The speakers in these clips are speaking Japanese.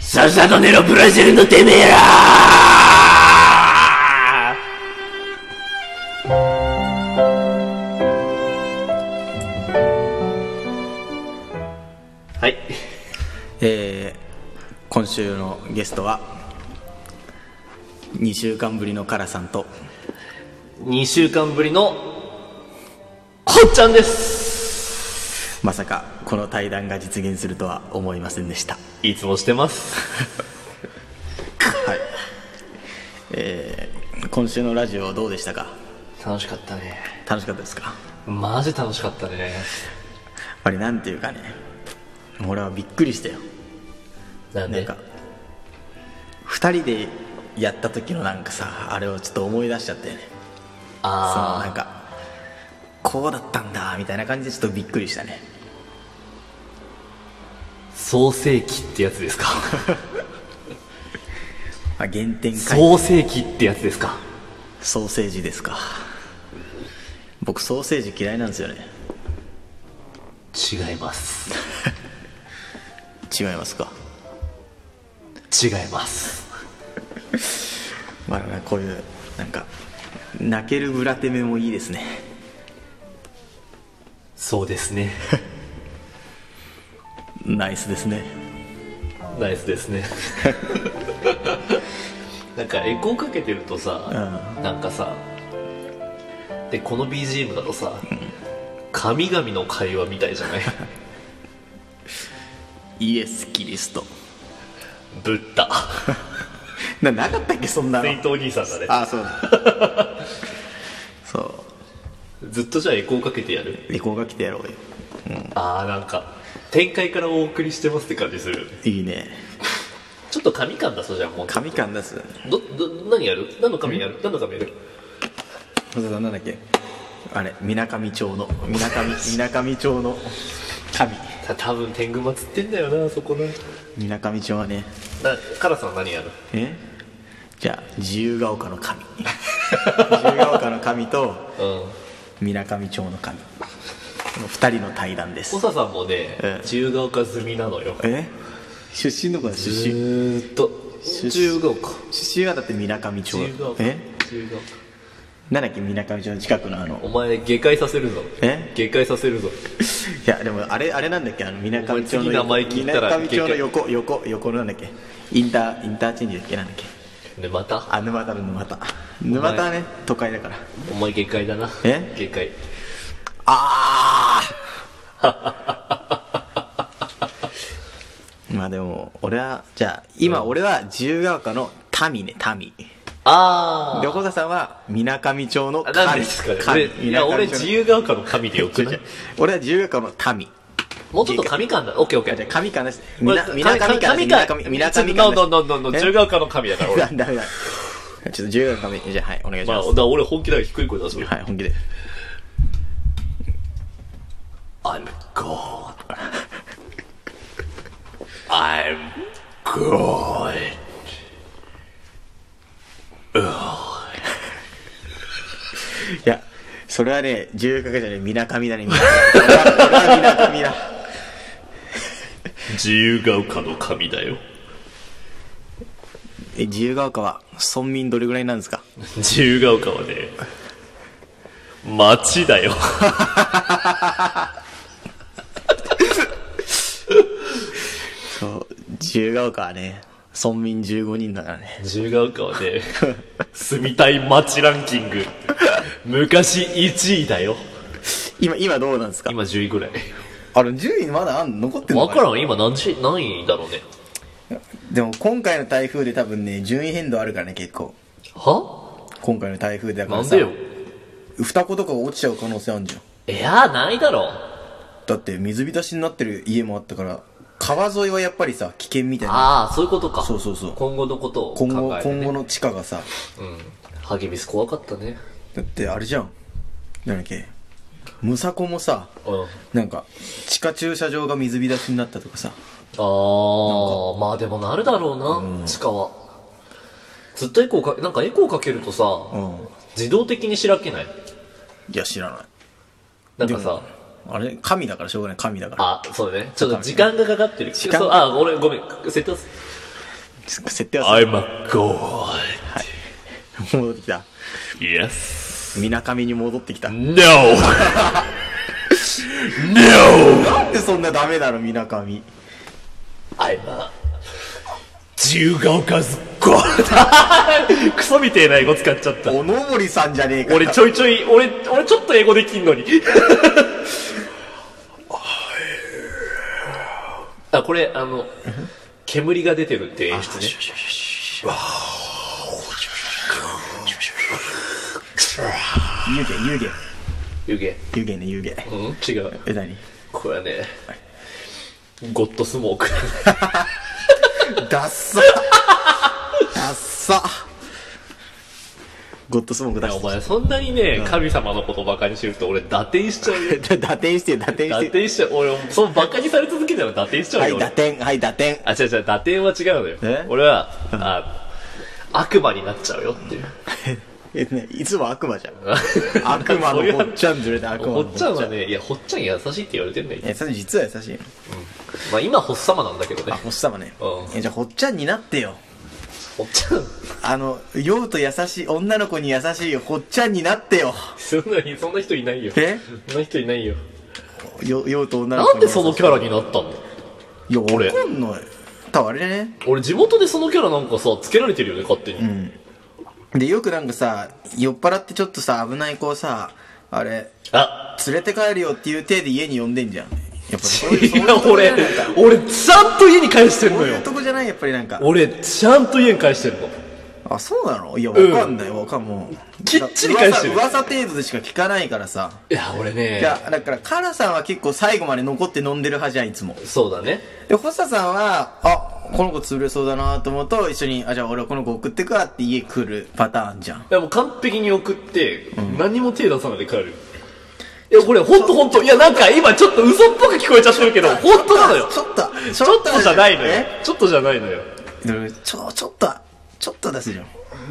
さっさと寝ろブラジルのてめえらはいえー今週のゲストは2週間ぶりのカラさんと2週間ぶりのほっちゃんですまさかこの対談が実現するとは思いませんでしたいつもしてますはいえー今週のラジオどうでしたか楽しかったね楽しかったですかやマジ楽しかったねっぱりなんていうかね俺はびっくりしたよなんなでんか2人でやった時のなんかさあれをちょっと思い出しちゃったよねそのなんあかこうだったんだみたいな感じでちょっとびっくりしたねあ創世記ってやつですかまあ原点回創世記ってやつですかソーセージですか僕ソーセージ嫌いなんですよね違います違いますか違いますまあなんかこういうなんか泣けるブラテメもいいですねそうですねナイスですねナイスですね なんかエコーかけてるとさ、なんかさでこの BGM だとさ、神々の会話みたい じゃないイエス・キリストブッダななかったっけそんなの水筒兄さんだねあそう だそずっとじゃあエコーかけてやるうエコーが来てやろうよああなんか展開からお送りしてますって感じするよねいいねちょっと神感出そうじゃんもう神感出すどど何やる何の神やる何の神やるそうだなんだっけあれみなかみ町のみなかみみなかみ町の神た多分天狗祭ってんだよなそこなみなかみ町はねなカラさん何やるえじゃあ自由が丘の 神自由が丘の神とうんみなかみ町の神この2人の対談です小佐さんもね、ええ自由が丘済みなのよえ出身どこだ出ず身ーっと出自由が丘出身はだってみなかみ町自由が丘え自由が丘なんだっけみなかみ町の近くのあのお前下界させるぞえ下界させるぞいやでもあれあれなんだっけあのみなかみ町のお前次名前聞いたらみなかみ町の横横横のなんだっけインターインターチェンジだっけなんだっけでまたあ沼田の沼田沼田はね都会だからお前下界だなえ下界ああ まあでも俺はじゃあ今俺は自由が丘の民ね民あー横田さんはみなかみ町のあ神何ですかね俺神いや俺水上町の自由が丘の神でよくない俺は自由が丘の民もうちょっと神感だオッケーオッケじゃーあ神かなしみ俺なみなかみかなし神みなか神み神みなかみちょかっとどんどんどんどんえ自由が丘の神だから 俺だ ダメだちょっと自由が丘の民じゃあはいお願いしまあまだす、から俺本気だから低い声出すよはい本気で I'm God. I'm God. いや、それはね、自由かけじゃね、みなかみだね、みなかみ。俺はみなかみだ。 自由が丘の神だよ。え、自由が丘は、村民どれぐらいなんですか自由が丘はね、町だよ。そう、自由が丘はね、村民15人だからね。自由が丘はね、住みたい町ランキング、昔1位だよ。今、今どうなんですか今10位ぐらい。あれ、10位まだあんの残ってんの わかかならん、今何時、何位だろうね。でも、今回の台風で多分ね、順位変動あるからね、結構。は今回の台風でだからなんさ。でよ。双子とか落ちちゃう可能性あるじゃん。いやー、ないだろう。だって、水浸しになってる家もあったから、川沿いはやっぱりさ、危険みたいな。ああ、そういうことか。そうそうそう今後のことを考え今て、ね。後、今後の地下がさ、うん。ハゲビス怖かったね。だってあれじゃんなんだっけムサコもさうん。あなんか地下駐車場が水浸しになったとかさあ、まあでもなるだろうな、地下は。ずっとエコーかけ、なんかエコーかけるとさ、うん自動的に開けない。いや知らないなんかさ、あれ神だからしょうがない神だからあ、そうだね。ちょっと時間がかかってる。間そうあ、俺ごめん、セット設定は I'm a god. 戻ってきた Yes. み なかみに戻ってきた No. no. なんでそんなダメなのみなかみ I'm a 自由が丘 god. クソみてえな英語使っちゃった。おのぼりさんじゃねえか俺ちょいちょい、俺、俺ちょっと英語できんのに。 あ、これ、あの、煙が出てるって演出ね。湯気湯気湯気。湯気ね湯気うん違う。え何これはね、ゴッドスモーク。ダッサ ダッサゴッドスモーク出おし前そんなにね、神様のことバカにしてると俺打点しちゃうよ。て 打点して打点打して点しちゃう。俺、そのバカにされ続けたら打点しちゃはういよ。打俺点はい打点あ、違う違う、打点は違うのよえ。俺は、あ悪魔になっちゃうよっていう。 えねいつも悪魔じゃん 悪魔の坊っちゃんずれて悪魔ほの坊っちゃんはね、いや、ほっちゃん優しいって言われてんだよ。えそれ実は優しいのまあ今、ほっさまなんだけどねあ。ほっさまねうんえじゃあほっちゃんになってよほっちゃん、あの酔うと優しい女の子に優しいほっちゃんになってよそんなに、そんな人いないよ。えそんな人いないよ。よ酔うと女のな子んに優でしいそのキャラになったのいや俺俺わかんない多分あれね俺、地元でそのキャラなんかさ、つけられてるよね、勝手に。でよくなんかさ酔っ払ってちょっとさ危ない子をさあれあ、連れて帰るよっていう体で家に呼んでんじゃんやっぱそういういそういうとや、こじ俺ゃないなんか、俺、ちゃんと家に返してんそのういよう。とこじゃないやっぱりなんか俺、ちゃんと家に返してんの。あそうなのいやわかんないわかんもうきっちり返してる噂噂程度でしか聞かないからさいや、俺ねい、やだからカラさんは結構最後まで残って飲んでる派じゃんいつもそうだね。でホサさんはあこの子潰れそうだなと思うと一緒にあじゃあ俺はこの子送ってくわって家来るパターンじゃんいやもう完璧に送って、何も手出さないで帰る。いや、これほんとほんと。いや、なんか今ちょっと嘘っぽく聞こえちゃってるけど、 ほんとなのよ。ちょっとちょっとじゃないのよえ。ちょっとじゃないのよ。でもちょ、ちょっと、ちょっと出すじゃ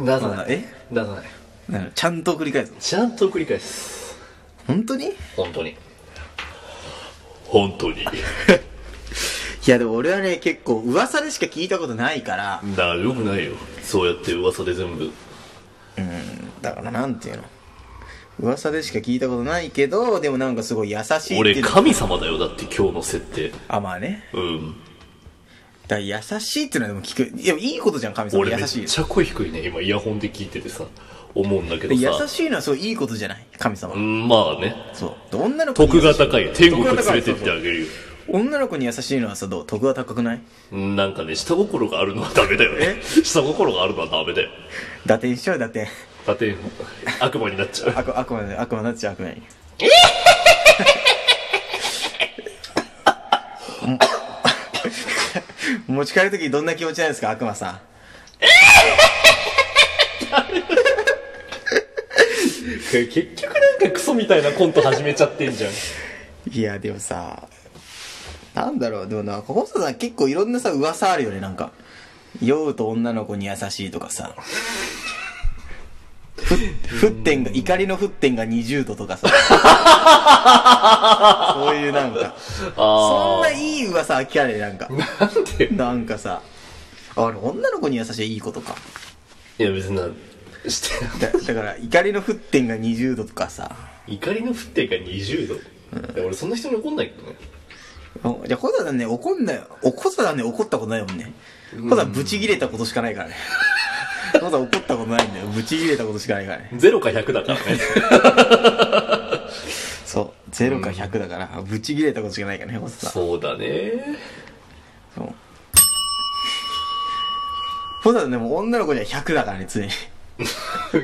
ん。出さないえ出さない。なんかちゃんと繰り返す。ちゃんと繰り返す。本当にい本当に。本当に。や、でも俺はね、結構噂でしか聞いたことないから、な、よくないよ。そうやって噂で全部。だからなんていうの。噂でしか聞いたことないけど、でもなんかすごい優しいってい俺、うの。神様だよ。だって今日の設定。あ、まあね。うん。だから優しいっていうのはでも聞く。いや、いいことじゃん、神様。俺め優っしいよ。ちゃ声低いね。今イヤホンで聞いててさ、思うんだけでど優さ。しいのはそういいことじゃない、神様。うんまあね。そう。で女の子に徳優がしい高い。天国連れてってあげるよ。女の子に優しいのはさ、どう徳が高くないうんなんかね、下心があるのはダメだよね。下心があるのはダメだよ。打点しちゃう、打点。だって、悪魔になっちゃう。悪悪魔で悪魔になっちゃう悪魔に 持ち帰るときどんな気持ちなんですか悪魔さん 結局なんかクソみたいなコント始めちゃってんじゃん。いやでもさなんだろうでもなんか細田さん結構いろんなさ噂あるよねなんか酔うと女の子に優しいとかさふ沸点が怒りの沸点が20度とかさそういうなんかそんなあいい噂飽きられなんかあ。なんでなんかさ、あれ、女の子に優しいいいことか。いや別にな、して、だだから、怒りの沸点が20度とかさ。怒りの沸点が20度。いや俺そんな人に怒んないけどね。おじゃあ、小田さんね、怒んなよ。お小田さんね、怒ったことないもんね。小田さん、ブチギレたことしかないからね。 小田さん怒ったことないんだよ。ブチギレたことしかないからね。 0か100だから ね。そう。0か100だから、ブチギレたことしかないからね、小田さん。そうだね。そう。小田さんね、もう女の子には100だからね、常に。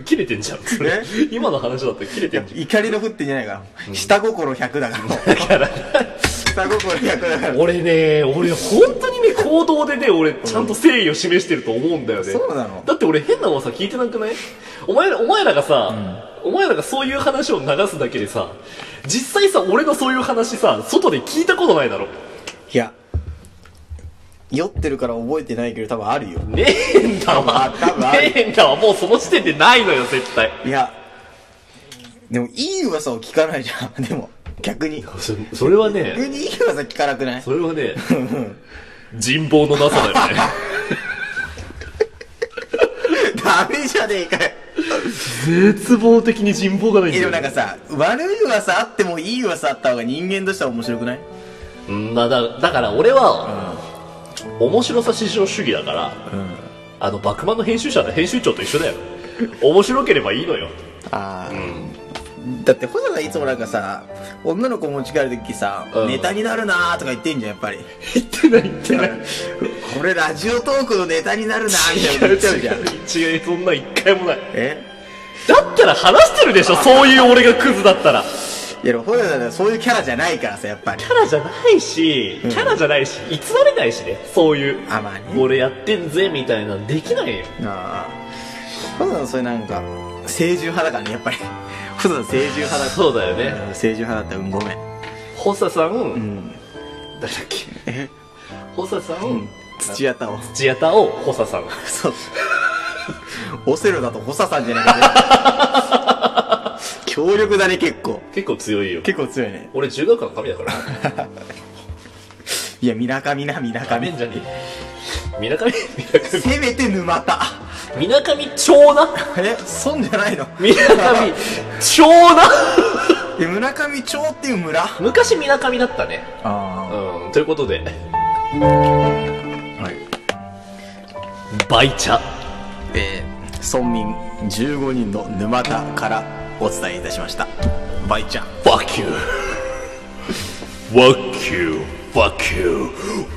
切れてんじゃん。それね今の話だったら切れいてやんじ怒りの沸点じゃないから。下心100だから。ゃん。だから。下心100だから。俺ね、俺本当にね、行動でね、俺ちゃんと誠意を示してると思うんだよね。そうなのだって俺変な噂聞いてなくないお前ら、お前らがさ、お前らがそういう話を流すだけでさ、実際さ、俺のそういう話さ、外で聞いたことないだろ。いや、酔ってるから覚えてないけど多分あるよ。ねえんだわ。多分あるねえんだわ。もうその時点でないのよ、絶対。いや、でもいい噂を聞かないじゃん。 でも、逆に。そそれは逆ね、にいい噂聞かなくない それはね、人望のなさだよね。ダメじゃねえかよ。絶望的に人望がないんえ、でだもよなんかさ、悪い噂あってもいい噂あった方が人間としては面白くないうんまあだだから俺は、面白さ至上主義だから、うん。あの、バクマンの編集者の編集長と一緒だよ。面白ければいいのよ。ああ、だってホザがいつもなんかさ女の子持ち帰る時さ、うんネタになるなーとか言ってんじゃんやっぱり言ってない言ってない。これラジオトークのネタになるなーみたいなこと違う言っちゃうじゃん違う、違うそんな一回もない。えだったら話してるでしょ、そういう俺がクズだったら。いやでもホザだったらそういうキャラじゃないからさやっぱりキャラじゃないし、キャラじゃないし、偽れないしね、そういう。あまあね俺やってんぜ、みたいなのできないよ。ああホザのそういうなんか清純派だからねやっぱりホザの清純派だかそうだよらね。うん清純派だったらうんごめんホサさん、うん誰だっけホサさん、土屋太鳳土屋太鳳、ホサさん。そうオセロだとホサさんじゃないかね強力だね結構結構強いよ。結構強いね俺、中学科の神だから。いや、みなかみな、みなかダみメ。んじゃねえ。みなかみ、みなかせめて沼田。み、みなかみ超な。え、損じゃないのみなかみ超な。え、村上町っていう村あ昔みなかみだったね。あ。うん、ということで、はい。倍茶。えー、村民15人の沼田からお伝えいたしました。バイちゃん。 Fuck you. Fuck you. Fuck you.